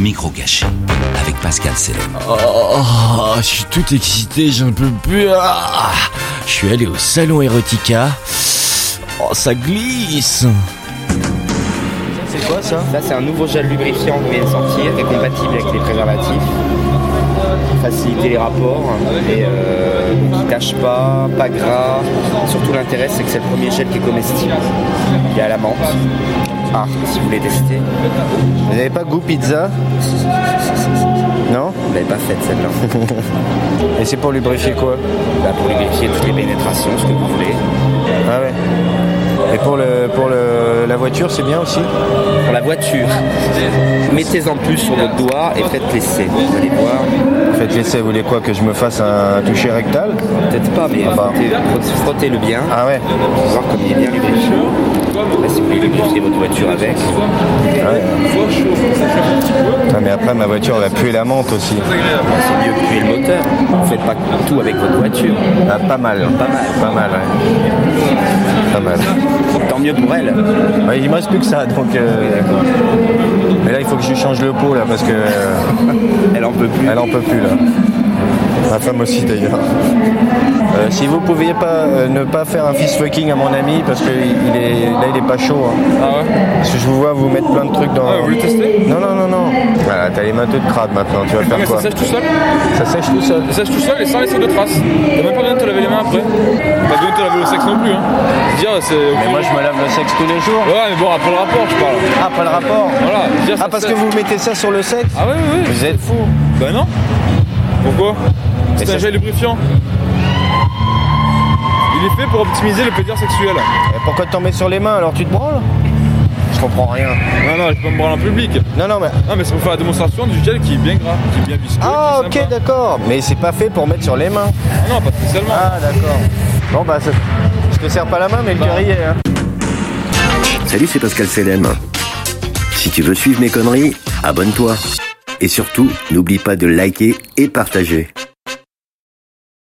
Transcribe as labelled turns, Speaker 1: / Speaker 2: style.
Speaker 1: micro caché avec Pascal Sellet.
Speaker 2: Oh, je suis tout excité, j'en peux plus. Ah, je suis allé au salon Erotica. Oh, ça glisse.
Speaker 3: C'est quoi ça Là, c'est un nouveau gel lubrifiant que vous venez de sortir qui est compatible avec les préservatifs pour faciliter les rapports et euh, qui tâche pas, pas gras. Surtout, l'intérêt, c'est que c'est le premier gel qui est comestible. Il est à la menthe. Ah, si vous voulez tester.
Speaker 4: Vous n'avez pas goût pizza Non
Speaker 3: Vous l'avez pas faite celle-là.
Speaker 4: Et c'est pour lubrifier quoi
Speaker 3: Là, pour lubrifier toutes les pénétrations, ce que vous voulez.
Speaker 4: Ah ouais. Et pour le pour le, la voiture, c'est bien aussi
Speaker 3: Pour la voiture, mettez-en plus sur votre doigt et faites l'essai. Vous allez voir.
Speaker 4: Faites l'essai, vous voulez quoi que je me fasse un toucher rectal
Speaker 3: Peut-être pas, mais
Speaker 4: Ah bah.
Speaker 3: frottez- frot- frottez-le bien.
Speaker 4: Ah ouais.
Speaker 3: Pour voir comme il est bien lubrifié. Là, si vous voulez lubrifier votre voiture avec.
Speaker 4: Ah, mais après ma voiture va puer la menthe aussi.
Speaker 3: C'est mieux que tuer le moteur. Vous faites pas tout avec votre voiture.
Speaker 4: Ah, pas mal. Pas mal. Pas mal, ouais. Pas mal.
Speaker 3: Tant mieux pour elle.
Speaker 4: Ouais, il me reste plus que ça, donc. euh, Mais là, il faut que je lui change le pot là, parce que euh,
Speaker 3: Elle en peut plus.
Speaker 4: elle en peut plus là. Ma femme aussi d'ailleurs. Euh, si vous pouviez pas euh, ne pas faire un fist fucking à mon ami parce que il est, là il est pas chaud. hein.
Speaker 5: Ah ouais
Speaker 4: Parce que je vous vois vous mettre plein de trucs dans.
Speaker 5: Ah, vous voulez tester
Speaker 4: Non non non non. Voilà, t'as les mains toutes crades maintenant. Tu vas
Speaker 5: Mais
Speaker 4: faire
Speaker 5: ça
Speaker 4: quoi
Speaker 5: sèche tout seul
Speaker 4: Ça sèche tout seul.
Speaker 5: Ça sèche tout seul et sans laisser de traces. T'as même pas besoin de te laver les mains après. Pas besoin de te laver le sexe non plus. Hein. Je veux Dire, c'est.
Speaker 4: Mais moi je me lave le sexe tous les jours.
Speaker 5: Ouais, mais bon, après le rapport, je parle.
Speaker 4: Ah pas le rapport.
Speaker 5: Voilà, je veux dire,
Speaker 4: Ah
Speaker 5: ça
Speaker 4: parce que
Speaker 5: sèche.
Speaker 4: vous mettez ça sur le sexe.
Speaker 5: Ah ouais, ouais, ouais.
Speaker 4: Vous êtes fou.
Speaker 5: Bah non. Pourquoi C'est
Speaker 4: ça-
Speaker 5: un gel lubrifiant. Il est fait pour optimiser le plaisir sexuel.
Speaker 4: Et Pourquoi t'en mets sur les mains alors tu te branles Je comprends rien.
Speaker 5: Non, non, je peux pas me branler en public.
Speaker 4: Non non mais.
Speaker 5: Non, mais c'est pour faire la démonstration du gel qui est bien gras, qui est bien visqueux.
Speaker 4: Ah
Speaker 5: qui est
Speaker 4: ok
Speaker 5: sympa.
Speaker 4: d'accord. Mais c'est pas fait pour mettre sur les mains.
Speaker 5: Ah Non, pas spécialement.
Speaker 4: Ah d'accord. Bon bah ça- je te serre pas la main mais le cœur y est. hein.
Speaker 6: Salut, c'est Pascal Selem. Si tu veux suivre mes conneries, abonne-toi. Et surtout, n'oublie pas de liker et partager.